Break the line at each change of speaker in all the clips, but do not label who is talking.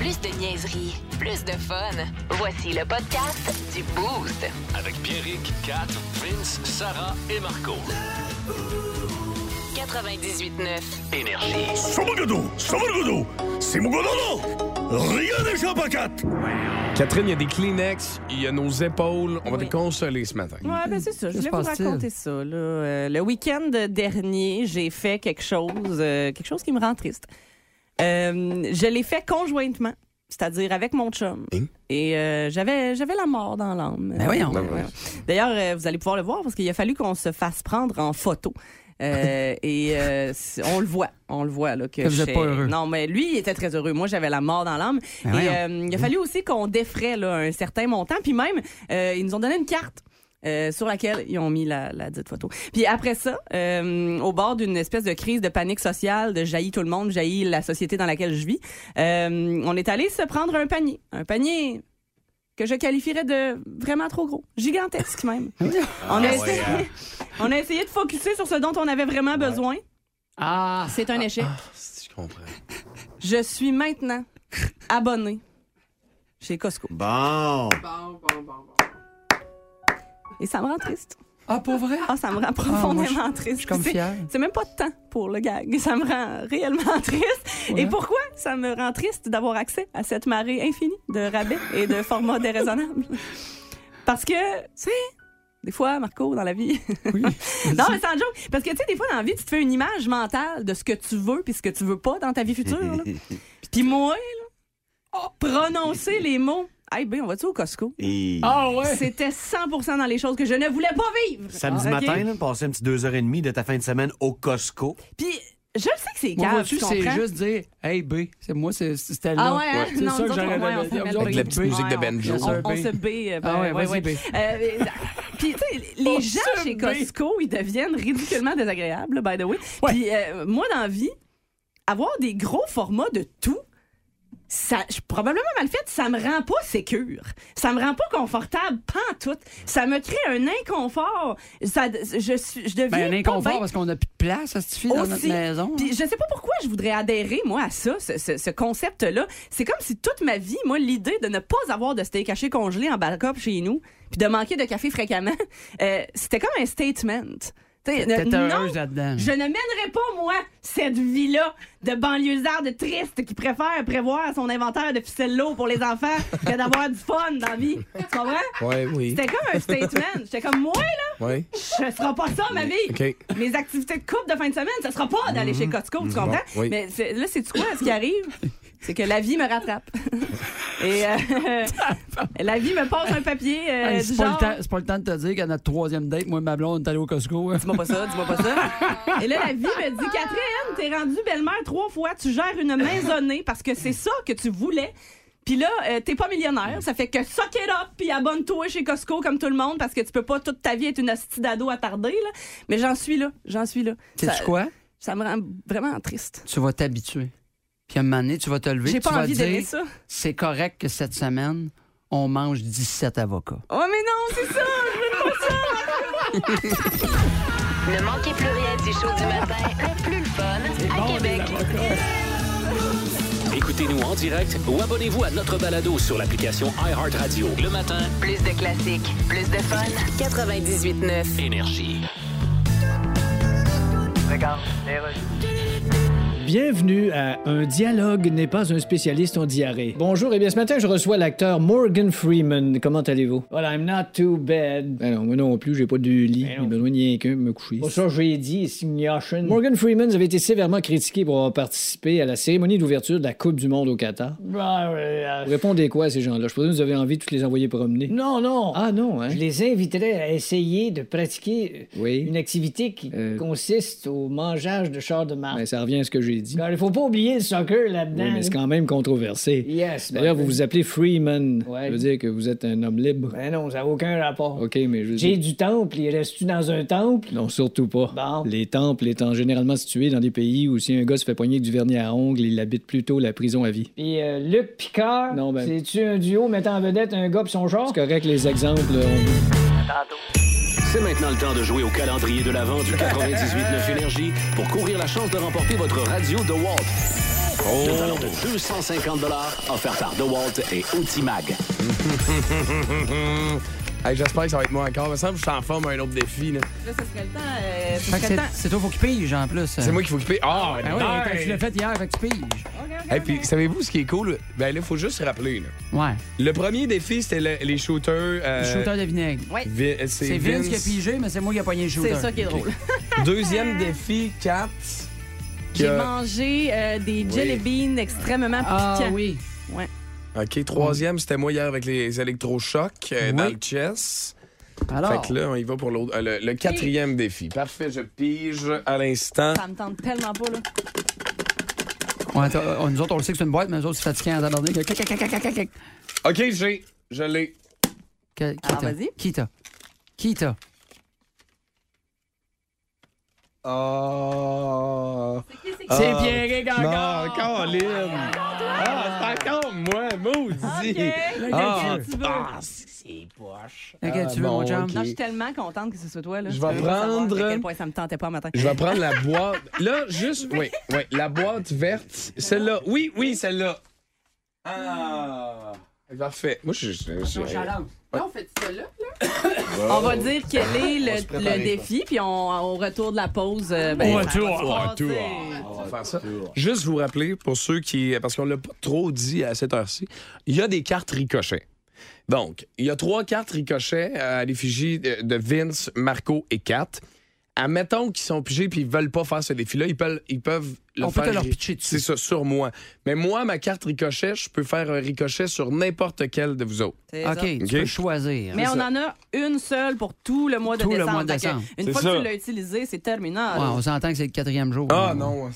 Plus de niaiserie, plus de fun. Voici le podcast du Boost.
Avec Pierrick, Kat, Vince, Sarah et Marco.
98.9.
Énergie.
Somagodou, Somagodou, c'est mon godono. Rien n'échappe à quatre.
Catherine, il y a des Kleenex, il y a nos épaules. On va
Oui.
te consoler ce matin.
Ouais, ben c'est ça. Je
Que se
voulais vous
passe-t-il?
raconter ça. là. Euh, le week-end dernier, j'ai fait quelque chose, euh, quelque chose qui me rend triste. Euh, je l'ai fait conjointement, c'est-à-dire avec mon chum.
Hein?
Et euh, j'avais, j'avais la mort dans l'âme.
Ben voyons.
Ouais, ouais. D'ailleurs, euh, vous allez pouvoir le voir parce qu'il a fallu qu'on se fasse prendre en photo. Euh, et euh, c- on le voit, on le voit là que
Que vous êtes
j'étais-
pas heureux.
Non, mais lui il était très heureux. Moi, j'avais la mort dans l'âme.
Ben
et
voyons.
euh, il a fallu aussi qu'on défraie là, un certain montant. Puis même, euh, ils nous ont donné une carte. euh, sur laquelle ils ont mis la, la dite photo. Puis après ça, euh, au bord d'une espèce de crise de panique sociale, de jaillit tout le monde, jaillit la société dans laquelle je vis, euh, on est allé se prendre un panier. Un panier que je qualifierais de vraiment trop gros. Gigantesque même. on, a essayé, on a essayé de focuser sur ce dont on avait vraiment besoin.
Ah,
C'est un échec.
Si je comprends.
Je suis maintenant abonné chez Costco.
Bon.
Et ça me rend triste.
ah pour vrai?
Ah, ça me rend profondément
moi,
triste.
Je suis comme
C'est-
fière.
C'est même pas de temps pour le gag. Ça me rend réellement triste.
Ouais.
Et pourquoi ça me rend triste d'avoir accès à cette marée infinie de rabais et de formats déraisonnables? Parce que, tu sais, des fois, Marco, dans la vie.
Oui.
non, mais sans joke. Parce que, tu sais, des fois, dans la vie, tu te fais une image mentale de ce que tu veux puis ce que tu veux pas dans ta vie future. là. Puis moi, là, oh, prononcer les mots. Hey, ben, on va-tu au Costco?
Et
Ah ouais.
C'était 100 dans les choses que je ne voulais pas vivre. Ah,
samedi
Ok?
matin, là, passer un petit 2h30 de ta fin de semaine au Costco.
Puis, je le sais que c'est
Moi,
grave,
vois-tu,
tu
c'est
comprends?
juste dire Hey B, c'est moi, c'est- c'était là.
Ah ouais, hein?
C'est
Non,
ça
nous
que
autres,
j'aurais
on- ouais, on
aimé dire.
s'appelle
Vous autres,
Avec la petite
B.
musique de
Ouais,
banjo.
on-
On,
on-
on se B. euh, ben,
Ah
ouais,
ouais, vas-y,
ouais.
B.
Euh, mais- Puis, tu sais, les
On
gens
se
chez
B.
Costco, ils deviennent ridiculement désagréables, by the way. Puis, euh, moi, dans la vie, avoir des gros formats de tout, ça, je suis probablement mal fait, ça me rend pas sécure. Ça me rend pas confortable, pas en tout. Ça me crée un inconfort. Ça, je, suis- je deviens
Ben, un
pas
inconfort
bien.
parce qu'on a plus de place, ça suffit dans notre
Aussi.
maison. hein.
Puis je sais pas pourquoi je voudrais adhérer, moi, à ça, ce, ce- ce concept-là. C'est comme si toute ma vie, moi, l'idée de ne pas avoir de steak haché congelé en backup chez nous, puis de manquer de café fréquemment, euh, c'était comme un statement. T'sais, ne-
T'étais
non,
heureuse là-dedans.
je ne mènerai pas, moi, cette vie-là de banlieusard de triste qui préfère prévoir son inventaire de ficelles l'eau pour les enfants que d'avoir du fun dans la vie. Tu comprends?
Ouais, oui.
C'était comme un statement. J'étais comme, moi, là,
Ouais.
ce sera pas ça, ma vie.
OK.
Mes activités de couple de fin de semaine, ce sera pas d'aller chez Costco,
Mhm.
tu comprends?
Bon, oui.
Mais c'est- là, c'est quoi ce qui arrive? C'est que la vie me rattrape. Et euh, la vie me passe un papier euh,
Hey,
du
c'est, pas le
genre...
temps, c'est pas le temps de te dire qu'à notre troisième date, moi et ma blonde, on est allé au Costco. hein.
Dis-moi pas ça, dis-moi pas ça. Et là, la vie me dit, Catherine, t'es rendue belle-mère trois fois, tu gères une maisonnée parce que c'est ça que tu voulais. Puis là, euh, t'es pas millionnaire, ça fait que suck it up, puis abonne-toi chez Costco comme tout le monde parce que tu peux pas toute ta vie être une hostie d'ado attardée, là. Mais j'en suis là, j'en suis là.
Sais-tu
Ça-
quoi?
ça me rend vraiment triste.
Tu vas t'habituer. Puis à un moment donné, tu vas te lever.
J'ai
tu
pas
vas
envie d'aimer
dire,
ça.
C'est correct que cette semaine, on mange 17 avocats.
Oh, mais non, c'est ça! Je veux pas ça!
Ne manquez plus rien du show du matin, le plus le fun à Québec.
Écoutez-nous en direct ou abonnez-vous à notre balado sur l'application iHeartRadio. Le matin,
Plus de classiques, plus de fun. 98.9.
Énergie.
Bienvenue à Un dialogue n'est pas un spécialiste en diarrhée. Bonjour, et bien ce matin, je reçois l'acteur Morgan Freeman. Comment allez-vous? Well, I'm not too bad. Ben non, moi non plus, j'ai pas de lit. J'ai besoin de rien qu'un me coucher. Pour ça, j'ai dit, signation. Morgan Freeman avait été sévèrement critiqué pour avoir participé à la cérémonie d'ouverture de la Coupe du Monde au Qatar. Vous répondez quoi à ces gens-là? Je suppose que vous avez envie de tous les envoyer promener. euh, Non, non. Ah non, hein? Je les inviterais à essayer de pratiquer euh, une activité qui consiste au mangeage de chars de marque. Euh, ben, ça revient à ce que j'ai dit. Il faut pas oublier le soccer là-dedans. mais c'est quand même controversé. Yes. ben D'ailleurs, vous vous appelez Freeman. Ça veut dire que vous êtes un homme libre. Ben non, ça n'a aucun rapport. OK, mais je... J'ai du temple. Il reste-tu dans un temple? Non, surtout pas. Les temples étant généralement situés dans des pays où si un gars se fait poigner avec du vernis à ongles, il habite plutôt la prison à vie. Puis euh, Luc Picard, c'est-tu un duo mettant en vedette un gars pis son genre? C'est correct, les exemples.
C'est maintenant le temps de jouer au calendrier de l'Avent du 98.9 Énergie pour courir la chance de remporter votre radio DeWalt.
Oh.
De valeur de 250 offert par DeWalt et Ultimag.
Mm. Hey, J'espère que ça va être moi encore. Il me semble que je suis en forme à un autre défi. là.
Là, ce serait le temps. euh, ce
Fait que
serait le
c'est-
temps.
c'est toi, faut qu'il pige en plus. hein.
C'est moi qu'il faut couper. Ah,
Ben oui,
nice!
t'as- tu l'as fait hier, fait que tu piges.
Hey, puis savez-vous ce qui est cool? Ben là, faut juste se rappeler. là.
Ouais.
Le premier défi, c'était le- les shooters. euh,
Le shooter de vinaigre.
Ouais,
Vi- euh,
C'est
c'est
Vince qui a
Vince.
pigé, mais c'est moi qui a pogné le shooter.
c'est ça qui est drôle.
Deuxième défi, 4.
J'ai mangé euh, des jelly beans extrêmement
Ah
piquants.
oui.
OK, troisième, c'était moi hier avec les électrochocs euh, dans
Oui.
le chess.
Alors,
Fait que là, on y va pour l'autre- euh, le, le quatrième défi. Parfait, je pige à l'instant.
Ça me tente tellement pas, là.
on, est- on- euh, nous autres, on le sait que c'est une boîte, mais nous autres, c'est fatiguant à aborder. Clic, clic, clic, clic, clic, clic.
OK, j'ai. Je l'ai.
Que- qui
Alors,
t'a?
vas-y.
Qui t'a? Qui t'a?
Oh. C'est Pierre Gagnon. Colin. Ah, c'est encore moi, maudit. Ah,
Lequel tu veux?
ah, c'est- c'est poche.
Lequel tu veux, mon chum?
Non, je suis tellement contente que ce soit toi, là.
Je vais
veux pas savoir
prendre-
À quel point ça me tentait pas le matin.
Je vais prendre la boîte. Là, juste. Oui, oui. La boîte verte. Celle-là. Oui, oui, celle-là. Ah. Parfait. Moi, je suis. je suis-
On va dire quel est le, le défi, puis on, au retour de la pause. euh, ben,
Au
ça va se
retour, au
passer.
On va faire ça. Juste vous rappeler, pour ceux qui. Parce qu'on l'a pas trop dit à cette heure-ci, il y a des cartes ricochets. Donc, il y a trois cartes ricochets à l'effigie de de Vince, Marco et Kat. Admettons qu'ils sont pigés puis ils veulent pas faire ce défi-là, ils peuvent, ils peuvent le
On peut
faire.
te leur pitcher dessus.
C'est ça, sur moi. Mais moi, ma carte ricochet, je peux faire un ricochet sur n'importe quel de vous autres.
C'est ça.
OK, tu
Ok.
peux choisir.
Mais
C'est
on
ça.
en a une seule pour tout le mois de
Tout le
décembre.
mois de
Fait que
décembre.
Une
C'est
fois
ça.
que tu l'as utilisé, c'est
Ouais,
terminal.
on s'entend que c'est le quatrième jour.
Ah non.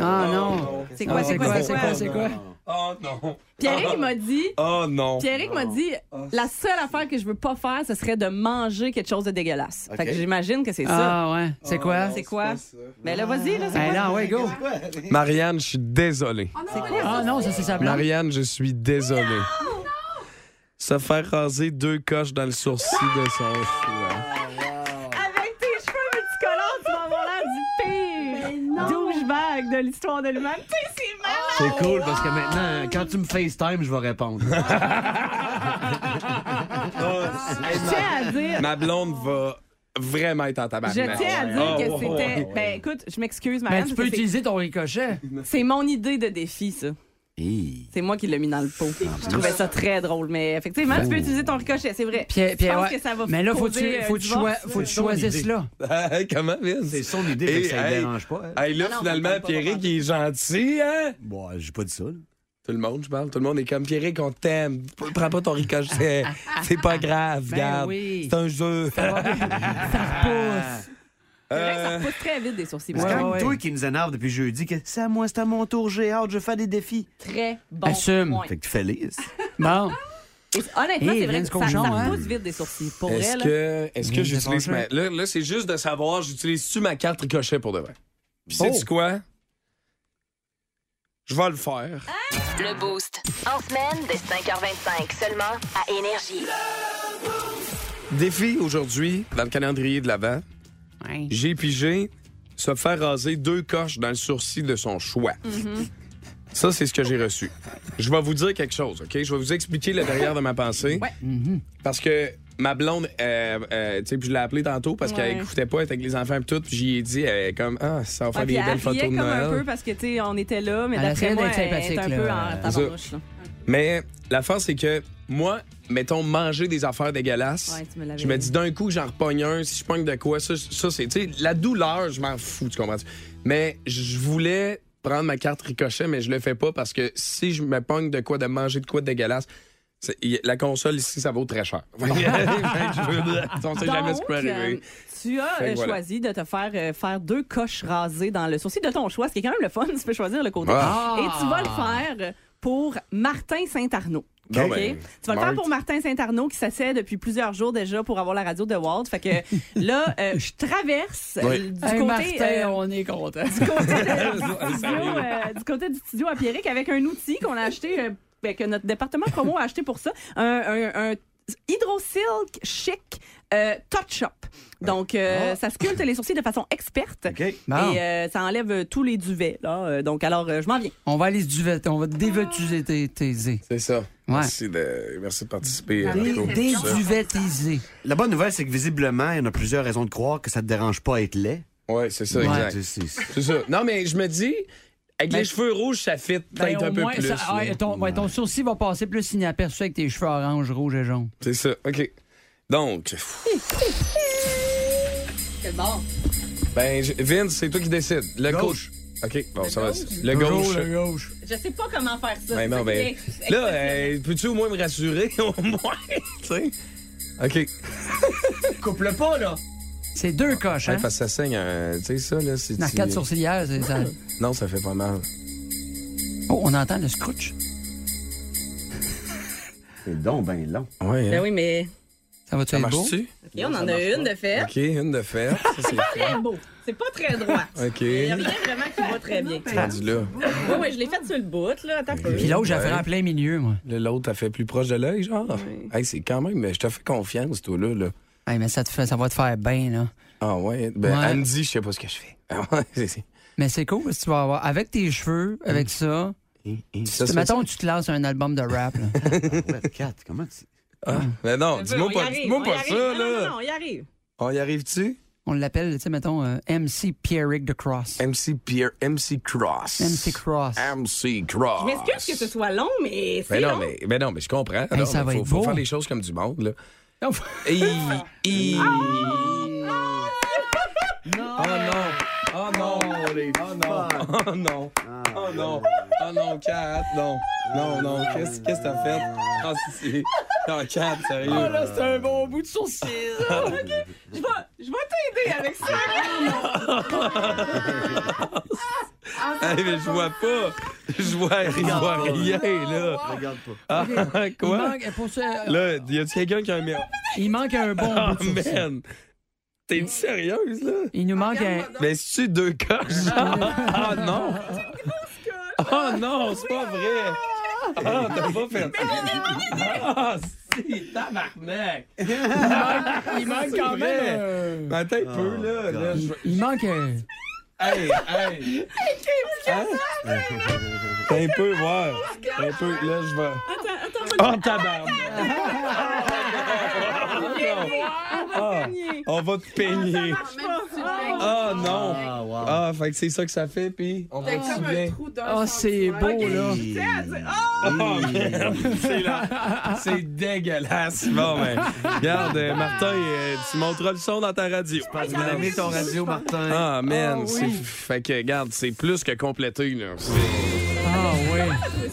Ah non.
C'est quoi,
Ah,
c'est quoi, c'est quoi?
c'est quoi?
Ah non.
Pierre m'a dit.
Ah non.
Pierrick m'a dit la seule affaire que je veux pas faire, ce serait de manger quelque chose de dégueulasse. Fait que j'imagine que c'est ça.
Ah ouais. C'est quoi?
c'est quoi Mais là vas-y là, c'est
Ben
quoi?
non, ouais, go.
Marianne, je suis désolé.
Ah non, ça c'est sa blague.
Marianne, je suis désolé. Se faire raser deux coches dans le sourcil de son hein. chien.
Avec tes cheveux multicolores, tu vas avoir l'air du pire douchebag de l'histoire de l'humanité, c'est malade.
C'est cool parce que maintenant, quand tu me FaceTime, je vais répondre.
Ah, Je tiens à dire
Ma blonde va vraiment être en tabac.
je tiens à dire que
Oh, ouais,
c'était. Ben écoute, je m'excuse,
Ben,
Marianne.
tu
parce que
peux
c'est-
utiliser ton ricochet.
C'est mon idée de défi, ça. C'est moi qui l'ai mis dans le pot. Je trouvais ça très drôle, mais effectivement, tu peux utiliser ton ricochet, c'est vrai.
Puis-
je pense
puis, Ben. ouais.
que ça va
Mais là, faut que
causer,
tu,
euh,
faut que tu,
divorce.
choi- faut que tu choisisses là.
Hey, Comment, Vince?
C'est son idée,
Hey,
fait que ça ne
hey.
dérange pas. hein.
Hey, là,
Ah non, on
finalement,
parle pas
Pierrick, il est gentil, hein?
Bon, j'ai pas dit ça. là.
Tout le monde, je parle. Tout le monde est comme Pierrick, on t'aime. P- Prends pas ton ricochet. C'est pas grave,
Ben
regarde.
oui.
C'est un jeu.
Pousse.
C'est vrai que ça repousse très vite des sourcils.
Ouais,
C'est quand même
ouais.
toi qui nous énerve depuis jeudi que c'est à moi, c'est à mon tour, j'ai hâte, je fais des défis.
Très bon.
Assume.
point.
Fait que tu fais lisse.
Bon.
Et honnêtement,
Hey,
c'est vrai que
Vince
ça,
Cochon,
ça
hein?
repousse vite des sourcils. Pour
Est-ce
elle,
que, est-ce que
Mmh,
j'utilise
c'est
ma...
franchement.
Là, là c'est juste de savoir, j'utilise-tu ma carte ricochet pour de vrai? Puis
Oh!
sais-tu quoi? Je vais le faire.
Le Boost. En semaine dès 5h25 seulement à Énergie.
Défi aujourd'hui, dans le calendrier de l'Avent,
Ouais.
j'ai pigé se faire raser deux coches dans le sourcil de son choix.
Mm-hmm.
Ça, c'est ce que j'ai reçu. Je vais vous dire quelque chose, OK? Je vais vous expliquer le derrière de ma pensée.
Ouais.
Parce que ma blonde, euh, euh, tu sais, puis je l'ai appelée tantôt parce qu'elle
Ouais.
écoutait pas, elle était avec les enfants et tout, puis j'y ai dit, elle est comme, ah, ça va faire
Ouais, puis
des
elle
belles
riait
photos de
comme un peu
Noël.
parce que tu sais, on était là, mais
Elle
d'après
essayait
moi,
d'être
elle est
sympathique,
un peu
là.
en tabarnouche. là.
Mais l'affaire, c'est que moi, mettons, manger des affaires dégueulasses,
Ouais, tu me l'avais
Je me
dit.
dis d'un coup, j'en repogne un. Si je pogne de quoi, ça, ça c'est. Tu sais, la douleur, je m'en fous, tu comprends? Mais je voulais prendre ma carte ricochet, mais je le fais pas parce que si je me pogne de quoi, de manger de quoi de dégueulasse, c'est- y- la console ici, ça vaut très cher. Fait que je- On sait jamais ce qui peut
Donc, euh,
arriver.
tu as
Fait que
euh,
voilà.
choisi de te faire euh, faire deux coches rasées dans le sourcil de ton choix, ce qui est quand même le fun. Tu peux choisir le côté.
Ah.
Et tu vas le faire pour Martin Saint-Arnaud.
Non,
OK?
ben,
tu vas le faire
Marc.
pour Martin Saint-Arnaud qui s'essaie depuis plusieurs jours déjà pour avoir la radio de Walt. Fait que là, euh, je traverse euh,
Oui.
du
Hey,
côté
Martin,
euh,
on est content.
studio, euh, du côté du studio à Pierrick avec un outil qu'on a acheté, euh, ben, que notre département promo a acheté pour ça. Un, un- un Hydrosilk Chic euh, Touch Up. Donc, euh, ça sculpte les sourcils de façon experte.
OK.
Bon.
Et euh, ça enlève euh, tous les duvets. Là. Euh, donc, alors, euh, je m'en viens.
On va aller se duveter, on va dévetuser tes, tes zés.
C'est ça.
Merci
Merci, de, participer. euh,
Des duvetiser.
La bonne nouvelle, c'est que visiblement, il y en a plusieurs raisons de croire que ça te dérange pas être laid.
Ouais, c'est ça,
Ouais.
exact.
C'est- c'est-
C'est ça. Non, mais je me dis, avec
Ben,
les cheveux rouges, ça fit peut-être un peu plus.
ça-
là.
ouais, ton, ouais, ton sourcil va passer plus inaperçu avec tes cheveux orange, rouge et jaune.
C'est ça, OK. Donc, pff,
C'est bon.
ben, je- Vince, c'est toi qui décides. Le
Gauche.
gauche. OK, bon, ça va.
gauche?
Le gauche.
gauche.
Je sais pas comment faire ça.
Ben, non, ben, là, euh, peux-tu au moins me rassurer, au moins, tu sais? OK.
Hein? Couple pas, là. C'est deux coches,
Ouais,
hein?
parce que ça saigne, euh, tu sais, ça, là, c'est...
Une arcade sourcilière, c'est ça.
Non, ça fait pas mal.
Oh, on entend le scrooge.
C'est donc ben long.
Ouais,
Ben
hein.
oui, mais
Ça va-tu être beau?
Marche-tu?
Et on en a une de fait.
OK, une de fer. Ça, c'est fait.
Très beau. C'est pas très droit.
OK.
Il n'y a rien vraiment qui va très bien.
Rendu là.
Oui, oui, je l'ai fait sur le bout, là. Attends un peu.
Puis l'autre, j'ai fait
Ouais.
en plein milieu, moi.
Là, l'autre, t'as fait plus proche de l'œil, genre. Hey, c'est quand même, mais je te fais confiance, toi, là. là.
Hey, mais ça, te fait, ça va te faire bien, là.
Ah ouais? Ben,
Ouais.
Andy, je sais pas ce que je fais. Ah ouais, c'est- c'est-
Mais c'est cool, si tu vas avoir. Avec tes cheveux, avec ça.
ça,
tu-
ça,
mettons, tu te lances un album de rap, là.
Ouais, quatre, comment tu...
Ah, mais non, dis-moi
On y
pas,
arrive,
dis-moi
on y
pas
arrive.
ça,
Non, non,
là.
Non, non, on y arrive.
On y arrive-tu?
On l'appelle, tu sais, mettons, euh, MC Pierrick de Cross.
MC Pierre, MC Cross.
MC Cross.
MC Cross.
Je m'excuse que ce soit long, mais c'est
Mais non,
long.
mais, mais non, mais je comprends.
Hey,
Non,
ça
mais
va
faut,
être
faut
beau.
faire les choses comme du monde, là.
Non, faut-
Hi,
Ah,
hi. Oh non! Oh non! Oh non!
Ah,
Oh non! Oh non! Oh non, Kat! Non! Non, non! Qu'est-ce qu'est-ce que t'as fait? Ah, si, si! Non, Kat, sérieux! Oh là, c'est un bon bout de sourcil!
Je vais, je vais t'aider avec ça.
mais je vois pas! Je vois, je vois rien, là!
Regarde pas.
Ah,
Il
quoi?
manque, pour ça, euh,
Là, y a-tu quelqu'un qui a un merde?
il manque un bon
Oh,
bout de sourcil.
man! T'es sérieuse, là?
Il nous manque un...
Mais c'est-tu deux coches? Ah non! Ah non, c'est pas vrai! Ah, t'as pas fait Ah, si,
Bah,
tabarnak!
Il manque
quand même Attends Ben, un peu,
Oh,
là. là, je-
Il manque un...
Hey, hey! Hein? Attends un peu, voir. Un peu, là, je vais. Oh, tabarnak! Ah, on va te peigner. Ah non!
Ah, wow.
Ah, fait que c'est ça que ça fait, puis on va
comme
bien.
un trou d'un
Ah, c'est beau, là.
Oh, merde! C'est là. C'est dégueulasse. Bon, ben, regarde, euh, Martin, euh, tu monteras le son dans ta radio.
Tu m'as lavé ton radio, Martin.
Ah, man.
Ah, oui.
c'est- Fait que, regarde, c'est plus que complété, là. C'est-
Ah, ouais.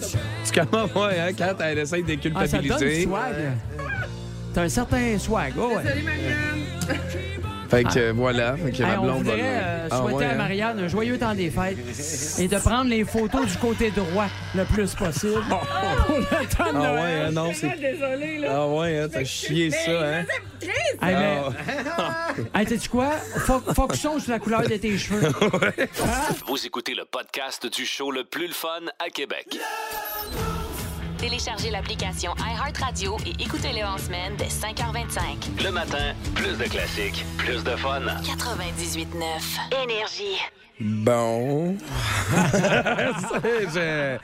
Tu comment, ouais, hein, quand elle essaie de
Ah, ça donne du
déculpabiliser.
swag. T'as un certain swag, oh, ouais.
Salut, Marianne.
fait que, euh,
Ah.
voilà. Fait que ma
Hey, on
blonde va
voudrait euh,
le- Ah,
souhaiter
ouais,
à
hein.
Marianne un joyeux temps des fêtes et de prendre les photos du côté droit le plus possible pour le temps de
Oh. Ah, ouais,
Noël.
hein, non, c'est.
Désolée, là.
Ah, ouais, hein, t'as chié ça, hein.
Hey, mais-
Ah,
hey, sais-tu quoi? Fo- Focusons sur la couleur de tes cheveux.
Vous écoutez le podcast du show le plus le fun à Québec.
Téléchargez l'application iHeartRadio et écoutez-le en semaine dès 5h25.
Le matin, plus de classiques, plus de fun.
98.9. Énergie.
Bon. C'est- je-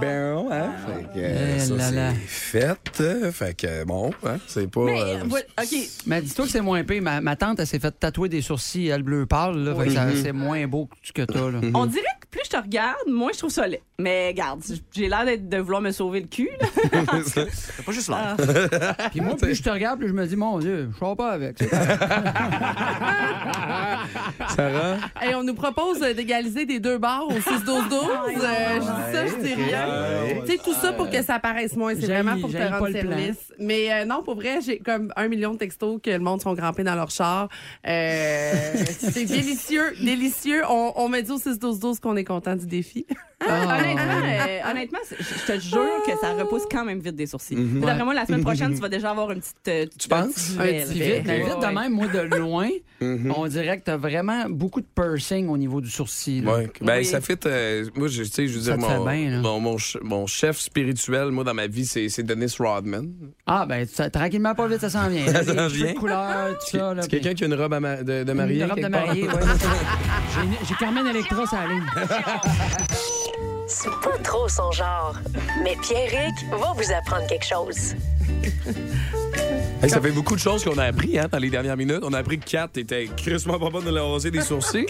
Bon, hein? Fait que, euh,
Eh
ça,
là là.
c'est fait. euh, Fait que, bon, hein? C'est pas.
Mais,
euh,
euh, voilà, OK.
Mais dis-toi que c'est moins pire. Ma, ma tante, elle s'est fait tatouer des sourcils, elle bleu pâle. Là, fait que ça-
Mhm.
c'est moins beau que ce que t'as. Là.
On dirait que plus je te regarde, moins je trouve ça laid. Mais garde, j'ai l'air d'être- de vouloir me sauver le cul. là.
C'est pas juste là.
Puis moi, plus je te regarde, plus je me dis, mon Dieu, je sors pas avec.
Sarah?
Hey, on nous propose euh, d'égaliser des deux bars au 6-12-12. Euh, je dis ça, je dis
Ah,
rien. Tu sais, tout ça pour que ça paraisse moins. C'est
J'aime-
vraiment pour te
j'aime
rendre
pas le plan.
service. Mais euh, non, pour vrai, j'ai comme un million de textos que le monde sont grimpés dans leur char. Euh, c'est délicieux, délicieux. On, on me dit au 6-12-12 qu'on est bien content du défi.
Ah,
Honnêtement, euh, honnêtement, c'est- je je te jure que ça repousse quand même vite des sourcils. D'après moi, la semaine prochaine, tu vas déjà avoir une petite. euh,
Mhm. Tu
un
penses?
petit
Un
duel.
petit vite, mais
Ouais,
vite
ouais.
de même, moi, de loin,
Mm-hmm.
on dirait que t'as vraiment beaucoup de piercing au niveau du sourcil. là.
Ouais. Ben,
Oui.
ça fait. euh, moi, je, tu sais, je veux
Ça
dire,
te fait
mon,
bien, là.
mon, mon ch- mon chef spirituel, moi, dans ma vie, c'est c'est Dennis Rodman.
Ah, ben, ça- tranquillement, pas vite, ça s'en vient. Ça
s'en vient.
couleur, tout ça. là,
C'est
puis-
quelqu'un qui a une robe à ma- de, de
Ah, Une
mariée.
robe de
quelque part?
mariée, ouais. J'ai- J'ai Carmen Electra sur la ligne. Ben
C'est pas trop son genre. Mais Pierrick va vous apprendre quelque chose.
Hey, ça fait beaucoup de choses qu'on a appris hein, dans les dernières minutes. On a appris que Kat était crissement pas bonne de la raser des sourcils.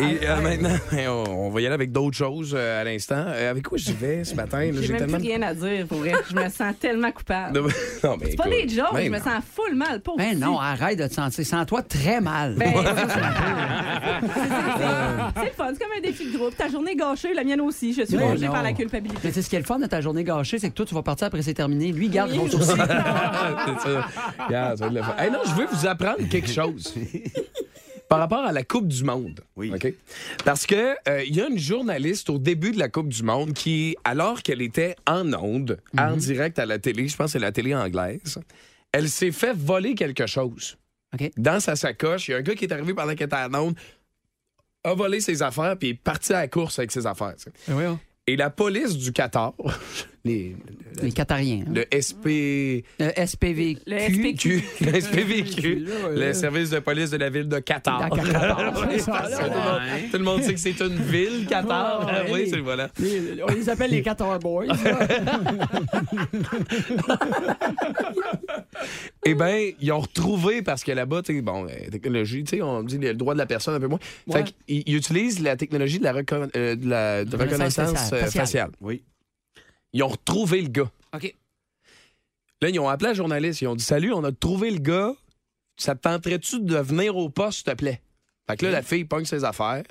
Et euh, maintenant, ben, on, on va y aller avec d'autres choses euh, à l'instant. Euh, avec quoi j'y vais ce matin? là?
J'ai même
tellement...
plus rien à dire, pour vrai. Je me sens tellement coupable.
Non, mais- non, mais
C'est pas
écoute.
des jokes,
Ben
je me
non.
sens full mal, pauvre.
Ben
petit.
non, arrête de te sentir. Sens-toi très mal.
Ben, c'est ça. C'est le fun, c'est comme un défi de groupe. Ta journée est gâchée, la mienne aussi. Je suis
Ben
rongée
non.
par la culpabilité.
Mais c'est ce qui est le fun de ta journée gâchée, c'est que toi, tu vas partir après que c'est terminé. Lui, il garde son sourcil.
C'est ça. Regarde, ça va être le fun. Hey, non, je veux vous apprendre quelque chose. Par rapport à la Coupe du Monde.
Oui.
OK? Parce que euh, il y a une journaliste au début de la Coupe du Monde qui, alors qu'elle était en onde, en direct à la télé, je pense que c'est la télé anglaise, elle s'est fait voler quelque chose.
OK.
Dans sa sacoche, il y a un gars qui est arrivé pendant qu'elle était en onde, a volé ses affaires, puis est parti à la course avec ses affaires. tu sais. Et la police du Qatar, les-
Les Qatariens. Euh, hein.
le SP.
Le SPV.
Le
Q-
SPQ.
Q- le SPVQ, le service de police de la ville de Qatar.
Dans Qatar.
Ouais, c'est ça, tout, le monde, tout le monde sait que c'est une ville, Qatar.
Ah, ouais.
oui, c'est voilà.
Les- on les appelle les Qatar Boys. là.
Eh bien, ils ont retrouvé, parce que là-bas, tu sais, bon, la technologie, tu sais, on dit le droit de la personne un peu moins.
Ouais.
Fait qu'ils ils utilisent la technologie de la, recon- euh, de la- de
Reconnaissance
reconnaissance euh,
faciale. Faciale.
faciale.
Oui.
Ils ont retrouvé le gars.
OK.
Là, ils ont appelé la journaliste. Ils ont dit Salut, on a trouvé le gars. Ça te tenterait-tu de venir au poste, s'il te plaît? Fait que là, la fille pogne ses affaires,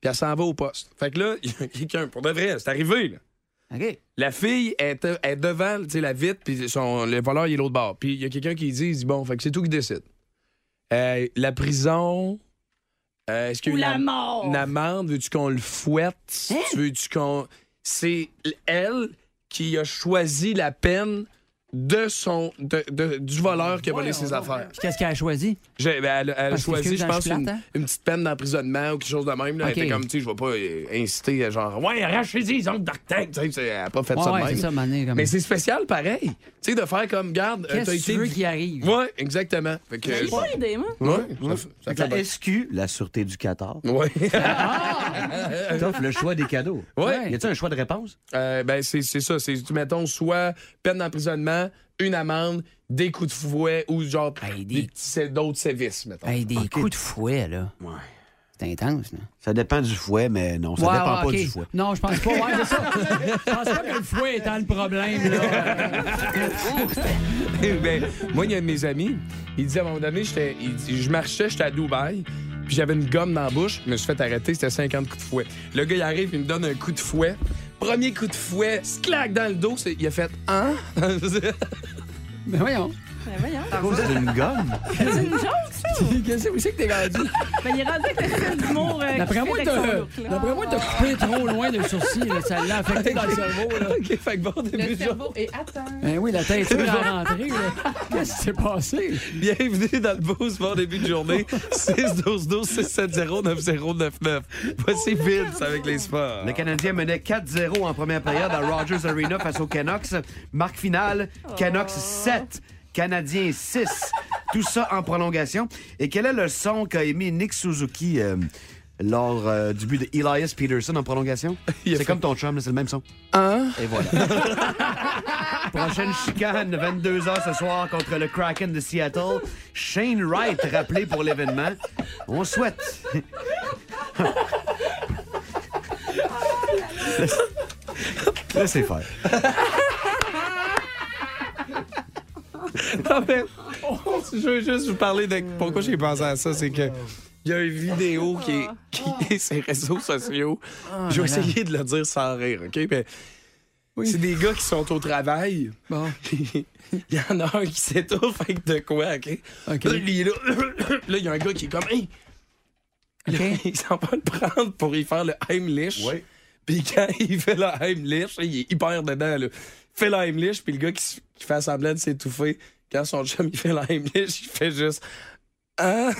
puis elle s'en va au poste. Fait que là, il y a quelqu'un, pour de vrai, c'est arrivé, là.
OK.
La fille est, euh, est devant tu sais, la vitre, puis son, le voleur, il est l'autre bord. Puis il y a quelqu'un qui dit, il dit Bon, fait que c'est tout qui décide. Euh, la prison. euh, Est-ce qu'il y a
Ou
une
la
am-
mort.
une amende, veux-tu qu'on le fouette?
Hein?
Tu Veux-tu qu'on. C'est l- elle qui a choisi la peine de son, de- de- du voleur qui a volé ses affaires.
Puis qu'est-ce qu'elle a choisi?
J'ai- ben, elle, elle a
Parce que
choisi,
excuse,
je pense,
je suis plate,
une,
hein?
une petite peine d'emprisonnement ou quelque chose de même. là.
Ok.
Elle était comme, tu sais, je vais pas euh, inciter à genre, ouais, arrachez-y, ils ont le dark tank. Tu sais, c'est- Elle a pas fait
Ouais,
ça de
ouais,
même.
c'est ça, mané. Comme...
Mais c'est spécial pareil. Tu sais, de faire comme, garde, euh,
Qu'est-ce
t'as
que tu
été.
veux qu'il arrive?
Ouais, exactement. Fait que.
J'ai pas idée, moi.
euh, Ouais, ça fait- ça
Fait
fait
que
bien.
la SQ, la Sûreté du Qatar,
Ouais.
t'offre le choix des cadeaux.
Ouais.
Y a-t-il un choix de réponse?
Euh, ben, c'est c'est ça. C'est, tu- mettons, soit peine d'emprisonnement, une amende, des coups de fouet ou genre
Hey,
des
des-
petits, sé- d'autres sévices, mettons.
Hey, des coups de fouet, là.
Ouais.
C'est intense, là.
Ça dépend du fouet, mais non, ça
Ouais,
dépend
ouais,
pas
ok.
du fouet.
Non, je pense pas. Ouais, c'est ça. Je pense pas que le fouet étant le problème, là.
Eh ben, moi, il y a un de mes amis, il disait à un moment donné, j'étais, il dit, je marchais, j'étais à Dubaï, puis j'avais une gomme dans la bouche, je me suis fait arrêter, c'était 50 coups de fouet. Le gars, il arrive, il me donne un coup de fouet. Premier coup de fouet, claque dans le dos, c'est- il a fait Hein?
Mais voyons.
Ben, voyons.
À cause d'une gomme?
C'est une joke, ça.
Qu'est-ce que c'est que t'es rendu?
Ben, il est rendu avec la scène d'humour. euh,
D'après
qui
moi,
fait
t'as
avec son look, là.
d'après moi, t'as coupé trop loin le sourcil. là. Ça l'a affecté dans le cerveau. Là.
OK, fait que bon début
Le
de journée.
cerveau est atteint.
Ben oui, la tête est rentrée. là. Qu'est-ce qui s'est passé?
Bienvenue dans le boost bon début de journée 6 12 12 670 9099. Voici Vince avec les sports.
Le Canadien menait 4-0 en première période à Rogers Arena face aux Canucks. Marque finale, Canucks 7, Canadien 6. Tout ça en prolongation. Et quel est le son qu'a émis Nick Suzuki euh, lors euh, du but de Elias Peterson en prolongation?
Il
C'est
a fait- Hein?
comme ton chum, là, c'est le même son. Et voilà. Prochaine chicane, 22h ce soir contre le Kraken de Seattle. Shane Wright rappelé pour l'événement. On souhaite. Laissez faire.
Ah ben, on- je veux juste vous parler de pourquoi j'ai pensé à ça, c'est que il y a une vidéo qui est, qui est sur les réseaux sociaux. Je vais essayer de le dire sans rire, OK? Mais c'est des gars qui sont au travail.
Bon.
Il y en a un qui s'étouffe avec de quoi, OK?
OK.
Là, il est là. Là, il y a un gars qui est comme, hey, Il s'en va le prendre pour y faire le Heimlich. Puis quand il fait le Heimlich, il est hyper dedans. là. Il fait le Heimlich, puis le gars qui, s- qui fait semblant de s'étouffer, quand son chum il fait le Heimlich, il fait juste. Hein?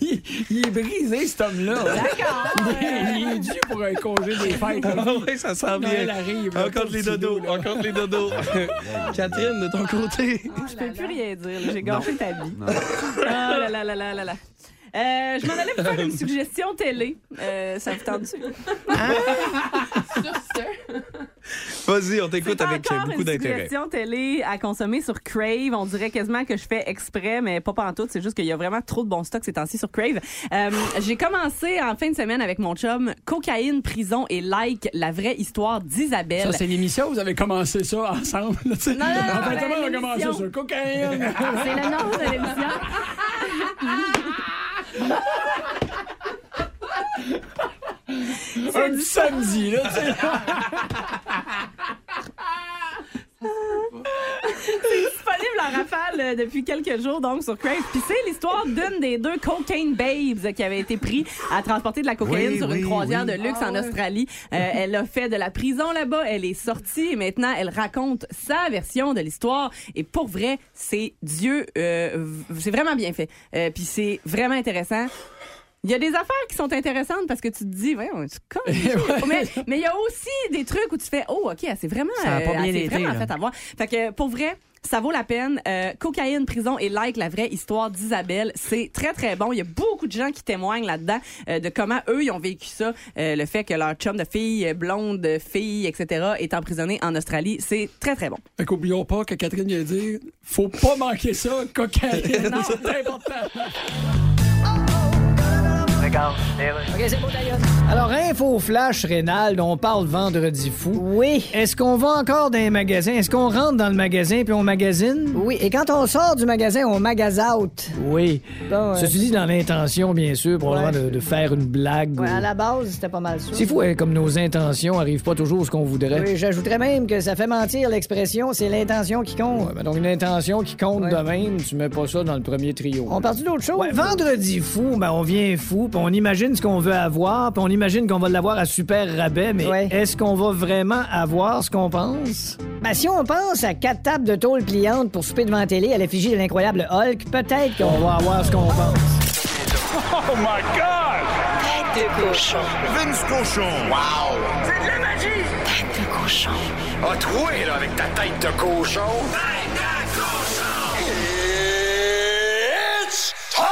Il, il est brisé, cet homme-là. D'accord. Il est dû pour un congé des fêtes. là.
Ah ouais, ça sent
Noël
bien. Ah,
arrive. là,
Encore
pas
les
de
dodos,
petit dos, là.
encore les dodos. Catherine, de ton côté.
Je peux plus rien dire. Oh là. J'ai gâché ta vie. Ah là là là là là là. Euh, je m'en allais vous faire une suggestion télé. Euh, ça vous tente-tu?
Sur ce,
Vas-y, on t'écoute
C'est
avec euh,
encore
beaucoup
une
d'intérêt.
suggestion télé à consommer sur Crave. On dirait quasiment que je fais exprès, mais pas pantoute. C'est juste qu'il y a vraiment trop de bons stocks ces temps-ci sur Crave. Euh, J'ai commencé en fin de semaine avec mon chum Cocaïne, prison et like, la vraie histoire
Ça,
d'Isabelle.
c'est l'émission, vous avez commencé ça ensemble. là, tu sais.
non, non,
en
ben,
fait, on a
l'émission.
commencé sur cocaïne.
C'est le nom de l'émission.
un petit samedi, là, tu sais.
disponible en rafale euh, depuis quelques jours donc sur Crave. Puis c'est l'histoire d'une des deux cocaine babes euh, qui avait été pris à transporter de la cocaïne
Oui,
sur
oui,
une croisière
oui.
de luxe en Australie. Euh, elle a fait de la prison là-bas, elle est sortie et maintenant elle raconte sa version de l'histoire et pour vrai, c'est Dieu euh, v- c'est vraiment bien fait. Euh, puis c'est vraiment intéressant. Il y a des affaires qui sont intéressantes parce que tu te dis, voyons, tu connais. mais mais il y a aussi des trucs où tu fais, oh, OK, elle s'est vraiment,
Ça a pas
euh,
bien
elle s'est
été,
vraiment
là.
fait avoir. Fait que pour vrai, ça vaut la peine. Euh, cocaïne, prison et like, la vraie histoire d'Isabelle, c'est très, très bon. Il y a beaucoup de gens qui témoignent là-dedans euh, de comment eux, ils ont vécu ça. Euh, le fait que leur chum de fille, euh, blonde, euh, fille, etc., est emprisonné en Australie. C'est très, très bon.
Fait qu'oublions pas que Catherine vient de dire faut pas manquer ça, cocaïne. c'est important.
Alors, info flash rénal dont on parle vendredi fou.
Oui,
Est-ce qu'on va encore dans les magasins? Est-ce qu'on rentre dans le magasin puis on magasine?
oui. Et quand on sort du magasin, on magas out.
Oui.
Bon, euh,
Ceci dit, dans l'intention, bien sûr, probablement
Ouais.
de, de faire une blague.
ouais,
ou-
à la base, c'était pas mal ça.
C'est fou, hein, comme nos intentions arrivent pas toujours ce qu'on voudrait.
Oui, j'ajouterais même que ça fait mentir l'expression, c'est l'intention qui compte.
Ouais, ben donc une intention qui compte
Ouais.
de même, tu mets pas ça dans le premier trio.
On parle d'autre chose?
Ouais, vendredi fou, ben on vient fou, puis on imagine ce qu'on veut avoir, puis on imagine qu'on va l'avoir à super rabais, mais
Ouais.
est-ce qu'on va vraiment avoir ce qu'on pense?
Ben, si on pense à quatre tables de tôle pliantes pour souper devant la télé à l'effigie de l'incroyable Hulk, peut-être qu'on
On va avoir ce qu'on pense.
Tête de cochon.
Vince Cochon.
Tête de cochon.
A troué, là, avec ta tête de cochon. Tête de cochon! It's time!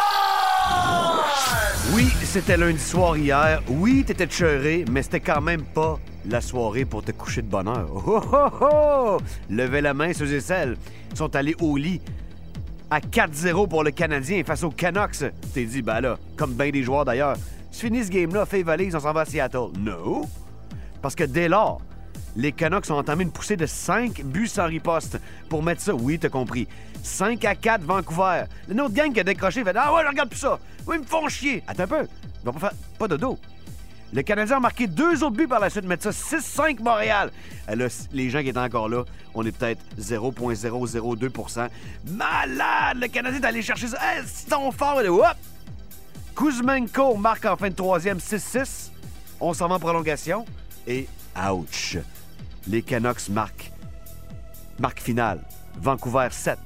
Oui, c'était lundi soir hier. Oui, t'étais cheuré, mais c'était quand même pas la soirée pour te coucher de bonne heure. Oh, oh, oh! Levez la main, ceux et celles qui sont allés au lit à 4-0 pour le Canadien face aux Canucks. Tu t'es dit, ben là, comme bien des joueurs d'ailleurs, tu finis ce game-là, fais valise, on s'en va à Seattle. No! Parce que dès lors, les Canucks ont entamé une poussée de 5 buts sans riposte. Pour mettre ça, oui, t'as compris. 5 à 4 Vancouver. Une autre gang qui a décroché fait Ah ouais, je regarde plus ça. Oui, ils me font chier. Attends un peu. Ils vont pas faire. Pas de dos. Le Canadien a marqué deux autres buts par la suite, mettre ça 6-5 Montréal. Euh, là, c- les gens qui étaient encore là, on est peut-être 0,002 Malade! Le Canadien est allé chercher ça. Hey, c'est ton fort, là. Hop! Kuzmenko marque en fin de troisième 6-6. On s'en va en prolongation. Et ouch! Les Canucks marquent. Marque finale. Vancouver 7,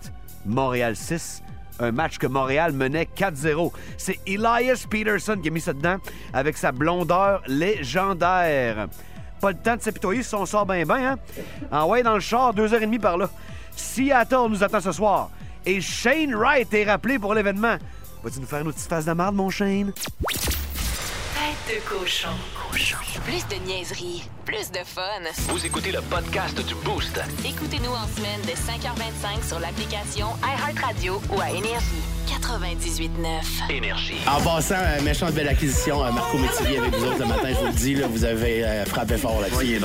Montréal 6. Un match que Montréal menait 4-0. C'est Elias Peterson qui a mis ça dedans avec sa blondeur légendaire. Pas le temps de s'apitoyer si on sort bien bien, hein? En ouais, dans le char, deux heures et demie par là. Seattle nous attend ce soir. Et Shane Wright est rappelé pour l'événement. Vas-tu nous faire une petite face de marde, mon Shane?
Tête de cochon. Cochon.
Plus de niaiserie, plus de fun.
Vous écoutez le podcast du Boost.
Écoutez-nous en semaine de 5h25 sur l'application iHeartRadio ou à Énergie. 98.9.
Énergie.
En passant, euh, méchante belle acquisition, euh, Marco Métivier avec vous autres le matin, je vous le dis, là, vous avez euh, frappé fort là-dessus.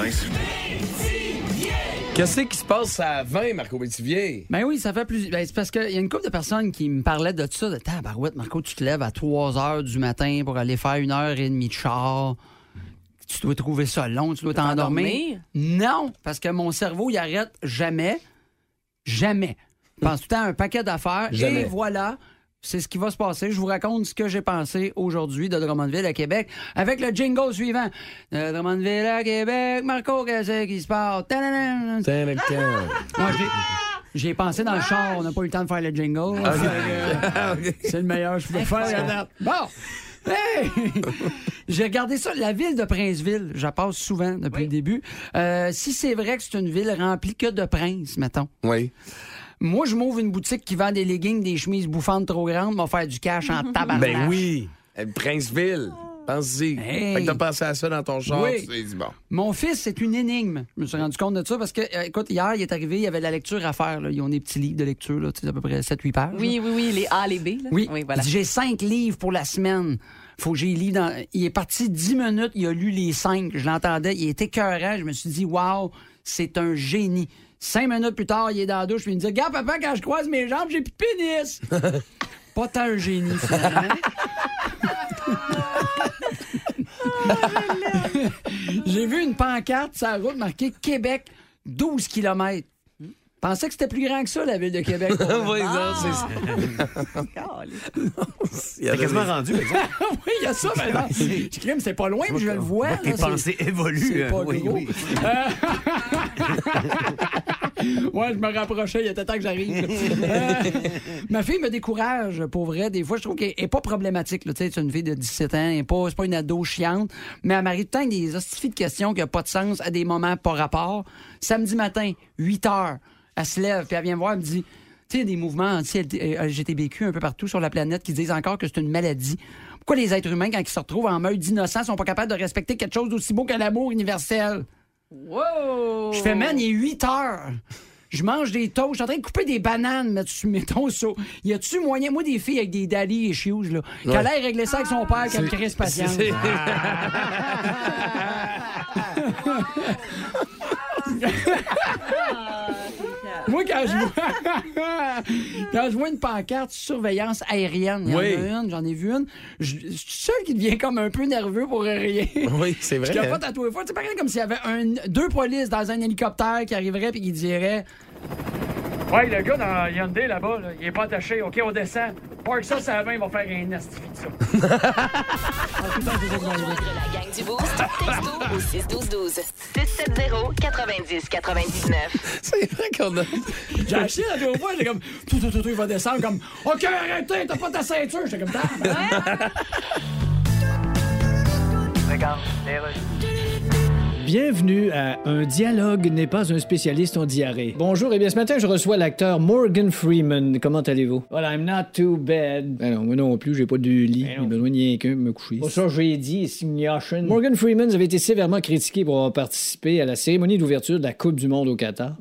Qu'est-ce qui se passe à 20, Marco Métivier?
Ben oui, ça fait plus. Ben, c'est parce qu'il y a une couple de personnes qui me parlaient de ça, de Tabarouette, Marco, tu te lèves à 3 h du matin pour aller faire une heure et demie de char. Tu dois trouver ça long, tu dois t'endormir.
T'endormir?
Non, parce que mon cerveau, il arrête jamais. Jamais. Je pense tout le temps à un paquet d'affaires.
Jamais.
Et voilà, C'est ce qui va se passer. Je vous raconte ce que j'ai pensé aujourd'hui de Drummondville à Québec avec le jingle suivant. De Drummondville à Québec, Marco, qu'est-ce qui se passe? Tadadam! Moi, j'ai- j'ai pensé dans le char, on n'a pas eu le temps de faire le jingle.
Ah, ok.
Fait que, euh, C'est le meilleur que je peux faire la date. Bon! Hey! J'ai regardé ça, la ville de Princeville, je passe souvent depuis le début. Euh, si c'est vrai que c'est une ville remplie que de princes, mettons.
Oui.
Moi, je m'ouvre une boutique qui vend des leggings, des chemises bouffantes trop grandes, m'a faire du cash en tabarnak.
Ben oui. Euh, Princeville. Pense-y.
Hey.
Fait que t'as pensé à ça dans ton char.
Oui.
Tu t'es dit, bon.
Mon fils, c'est une énigme. Je me suis rendu compte de ça parce que, euh, écoute, hier, il est arrivé, il y avait de la lecture à faire. Là. Ils ont des petits livres de lecture, là, tu sais, à peu près 7-8 pages. là.
Oui, oui, oui, les A, les B. Là.
Oui,
voilà.
Il dit, j'ai cinq livres pour la semaine. Faut que j'y lis dans. Il est parti dix minutes, il a lu les cinq. Je l'entendais, il était écœurant. Je me suis dit, waouh, c'est un génie. Cinq minutes plus tard, il est dans la douche, puis il me dit, regarde, papa, quand je croise mes jambes, j'ai plus de pénis. Pas tant un génie, finalement. J'ai vu une pancarte sur la route marquée Québec, 12 km. Pensais que c'était plus grand que ça, la ville de Québec.
Oui, non, c'est ça.
T'es quasiment rendu, par exemple.
oui, il y a ça maintenant. Je crime, c'est pas loin, mais je le vois.
Tes
là, c'est-
pensées évoluent.
c'est
hein.
pas
Oui,
gros.
oui.
ouais, je me rapprochais, il était temps que j'arrive. Euh, ma fille me décourage, pour vrai. Des fois, je trouve qu'elle n'est pas problématique. là. Tu sais, c'est une fille de 17 ans, elle n'est pas, c'est pas une ado chiante, mais elle m'arrive tout le temps avec des hostifies de questions qui n'ont pas de sens à des moments pas rapport. Samedi matin, 8 heures, elle se lève, puis elle vient me voir, elle me dit... Tu sais, il y a des mouvements euh, anti-LGTBQ un peu partout sur la planète qui disent encore que c'est une maladie. Pourquoi les êtres humains, quand ils se retrouvent en meute d'innocents, sont pas capables de respecter quelque chose d'aussi beau que l'amour universel?
Wow!
Je fais, man, il est 8 heures. Je mange des toasts. Je suis en train de couper des bananes, mais tu mettons ça. Y a-tu moyen, moi, des filles avec des Dali et Shoes, là, qui
Ouais.
allaient régler ça avec son père, qui a le crise patience.
C'est-
Moi, quand je vois, quand je vois une pancarte surveillance aérienne, il y en
Oui.
a une, j'en ai vu une, je je suis seul qui devient comme un peu nerveux pour rien.
Oui, c'est vrai,
Je capote
hein.
à tous les fois. C'est pareil comme s'il y avait un- deux polices dans un hélicoptère qui arriveraient et qui diraient Ouais, le gars dans Hyundai là-bas, il est pas attaché. OK, on descend. Park ça, ça va, ils vont faire un astifi de ça.
Rejoindre la gang du Boost. Texto au 61212. 670 90 99.
C'est vrai qu'on a.
J'ai acheté la deux fois, j'ai comme tout, tout, tout, tout, il va descendre comme OK, arrêtez, t'as pas ta ceinture. J'étais comme Regarde,
Bienvenue à Un dialogue n'est pas un spécialiste en diarrhée. Bonjour et bien ce matin, je reçois l'acteur Morgan Freeman. Comment allez-vous? Well, I'm not too bad. Ben non, moi non plus, j'ai pas de lit.
Ben
J'ai besoin de rien qu'un pour me coucher. Pour ça, j'ai dit, Signation. Morgan Freeman avait été sévèrement critiqué pour avoir participé à la cérémonie d'ouverture de la Coupe du Monde au Qatar.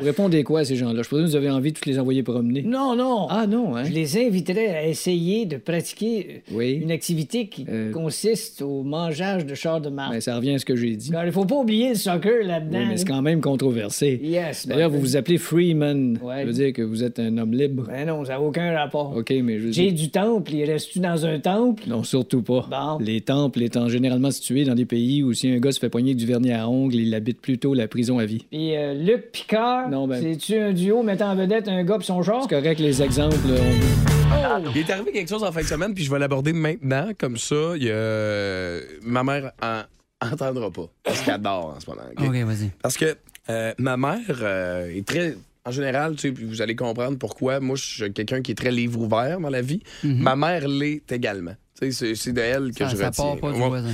Vous répondez quoi à ces gens-là? Je suppose que vous avez envie de tous les envoyer promener.
euh, Non, non.
Ah non, hein?
Je les inviterais à essayer de pratiquer euh,
Oui.
une activité qui
Euh.
consiste au mangeage de chars de marde.
Ben, ça revient à ce que j'ai dit.
Alors, il faut pas oublier le soccer
Oui,
là-dedans.
mais c'est
là.
quand même controversé.
Yes,
D'ailleurs,
ben,
vous vous appelez Freeman.
Ouais.
Ça veut dire que vous êtes un homme libre.
Ben non, ça n'a aucun rapport.
OK, mais je veux
J'ai
dire-
du temple, il reste-tu dans un temple?
Non, surtout pas.
Bon.
Les temples étant généralement situés dans des pays où si un gars se fait poigner avec du vernis à ongles, il habite plutôt la prison à vie.
Puis euh, Luc Picard,
Non, ben-
c'est-tu un duo mettant en vedette un gars pis son genre?
C'est correct, les exemples. euh, on-
Il est arrivé quelque chose en fin de semaine, puis je vais l'aborder maintenant, comme ça, il y a- ma mère en... entendra pas, parce qu'elle adore en ce moment. OK?
OK, vas-y.
Parce que euh, ma mère euh, est très. En général, tu sais, puis vous allez comprendre pourquoi. Moi, je suis quelqu'un qui est très livre ouvert dans la vie. Ma mère l'est également. Tu sais, c'est- c'est de elle que
Mhm. Ça-
je
ça
retiens.
part pas du
Ouais.
voisin.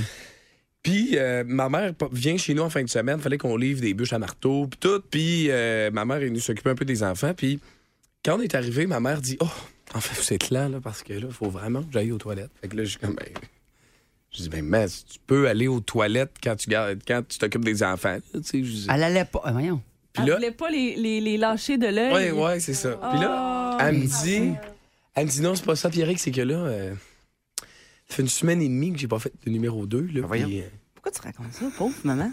Puis euh, ma mère pa- vient chez nous en fin de semaine. Fallait qu'on livre des bûches à marteau, puis tout. Puis euh, ma mère est venue s'occuper un peu des enfants. Puis quand on est arrivé, ma mère dit Oh, en fait, vous êtes là, là, parce que là, faut vraiment que j'aille aux toilettes. Fait que là, je suis comme ben, Je dis Ben, mais tu peux aller aux toilettes quand tu gardes, quand tu t'occupes des enfants. là, tu sais, je dis-
Elle allait pas. eh, Voyons.
Puis
Elle
là,
voulait pas les, les, les lâcher de
oui,
l'œil.
oui, c'est ça. Puis là, elle me dit, elle me dit non, c'est pas ça, Pierrick, c'est que là, euh, ça fait une semaine et demie que j'ai pas fait de numéro 2. Là, puis, euh,
Pourquoi tu racontes ça, pauvre maman?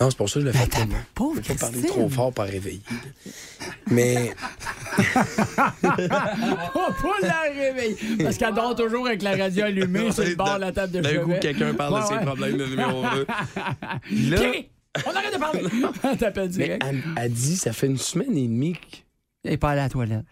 non, c'est pour ça que je le fais pas. moi.
pauvre
Je veux pas parler
Christine.
trop fort par réveiller. Mais
On peut la réveiller. Parce qu'elle dort toujours avec la radio allumée sur le bord de la table de
d'un
chevet.
coup, quelqu'un parle de
Ouais,
ses
ouais.
problèmes de numéro 2. là,
Pierre, on arrête de parler. Elle t'appelle
mais
direct.
elle, elle dit, ça fait une semaine et demie que
Elle est pas allée à la toilette.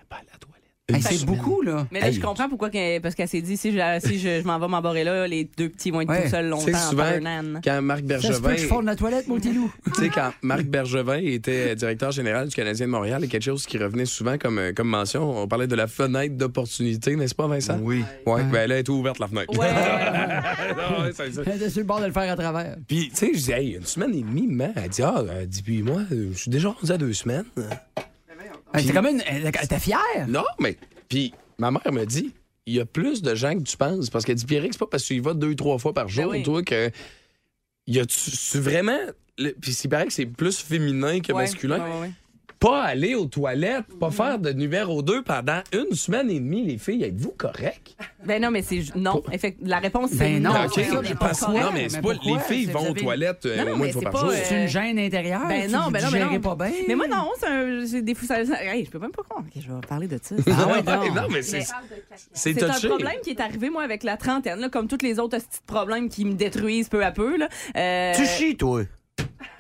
Hey, c'est beaucoup, là.
Mais là,
Hey.
je comprends pourquoi, que- parce qu'elle s'est dit, si je, si je, je m'en vais m'embarrer là, les deux petits vont être
Ouais.
tout seuls longtemps.
Tu sais, souvent,
pas un âne.
quand Marc
Ça se peut
Bergevin...
que je fonde la toilette, mon petit loup.
Tu sais, quand Marc Bergevin était directeur général du Canadien de Montréal, et quelque chose qui revenait souvent comme, euh, comme mention, on parlait de la fenêtre d'opportunité, n'est-ce pas, Vincent? Oui. Oui, ben là, elle est ouverte, la fenêtre. Non, ouais, c'est ça.
Elle était sur le bord de le faire à travers.
Puis, tu sais, je dis, hey, une semaine et demie, maman. Elle dit, ah, euh, dis, puis moi, euh, je suis déjà rendu à deux semaines.
Elle était comme une. Elle elle était fière.
Non, mais. Puis, ma mère me dit, il y a plus de gens que tu penses. Parce qu'elle dit, Pierrick, c'est pas parce que tu y vas deux, trois fois
Ben
par jour, toi, que. Il y a. Tu tu vraiment. le- Puis, il paraît que c'est plus féminin que
Ouais,
masculin.
ouais, ouais.
Pas aller aux toilettes,
Mhm.
pas faire de numéro 2 pendant une semaine et demie, les filles, êtes-vous correctes?
Ben non, mais c'est. ju- Non. Effect- la réponse, c'est.
Ben non,
non,
OK,
c'est ça,
je
pas
pense-
correct.
non, mais c'est pas-
pourquoi?
les filles
C'est-
vont
vous
aux toilettes, euh,
Non, non,
au moins
mais
une fois
c'est
par jour.
pas,
C'est une gêne intérieure.
Ben
tu
non, ben non, mais
digérais
non.
pas bien.
Mais moi, non, c'est un- j'ai des fois, ça. ça- hey, je peux même pas croire. OK, je vais parler de ça.
Ah ouais,
non.
non.
mais c'est. C'est
C'est un
touché.
problème qui est arrivé, moi, avec la trentaine, là, comme tous les autres petits problèmes qui me détruisent peu à peu. Là. Euh,
Tu chies, toi.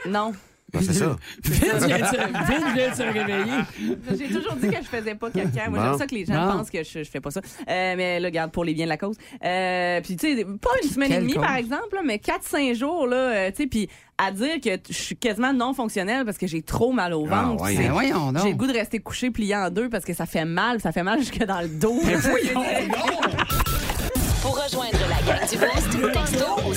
Non.
Ben, c'est ça.
Vite, vient de se- Vite vient de se réveiller.
J'ai toujours dit que je faisais pas quelqu'un. Moi,
Bon.
j'aime ça que les gens
Bon.
pensent que je, je fais pas ça. Euh, mais là, garde pour les biens de la cause. Euh, puis, tu sais, pas une semaine et
Quelle
demie,
cause?
par exemple, là, mais 4-5 jours, là, euh, tu sais, puis à dire que t- je suis quasiment non fonctionnelle parce que j'ai trop mal au
Ah,
ventre.
ouais.
c'est-
Ben
voyons donc.
J'ai le goût de rester couché plié en deux parce que ça fait mal. Ça fait mal jusque dans le dos.
Pour rejoindre la gang du Boost, texto au 612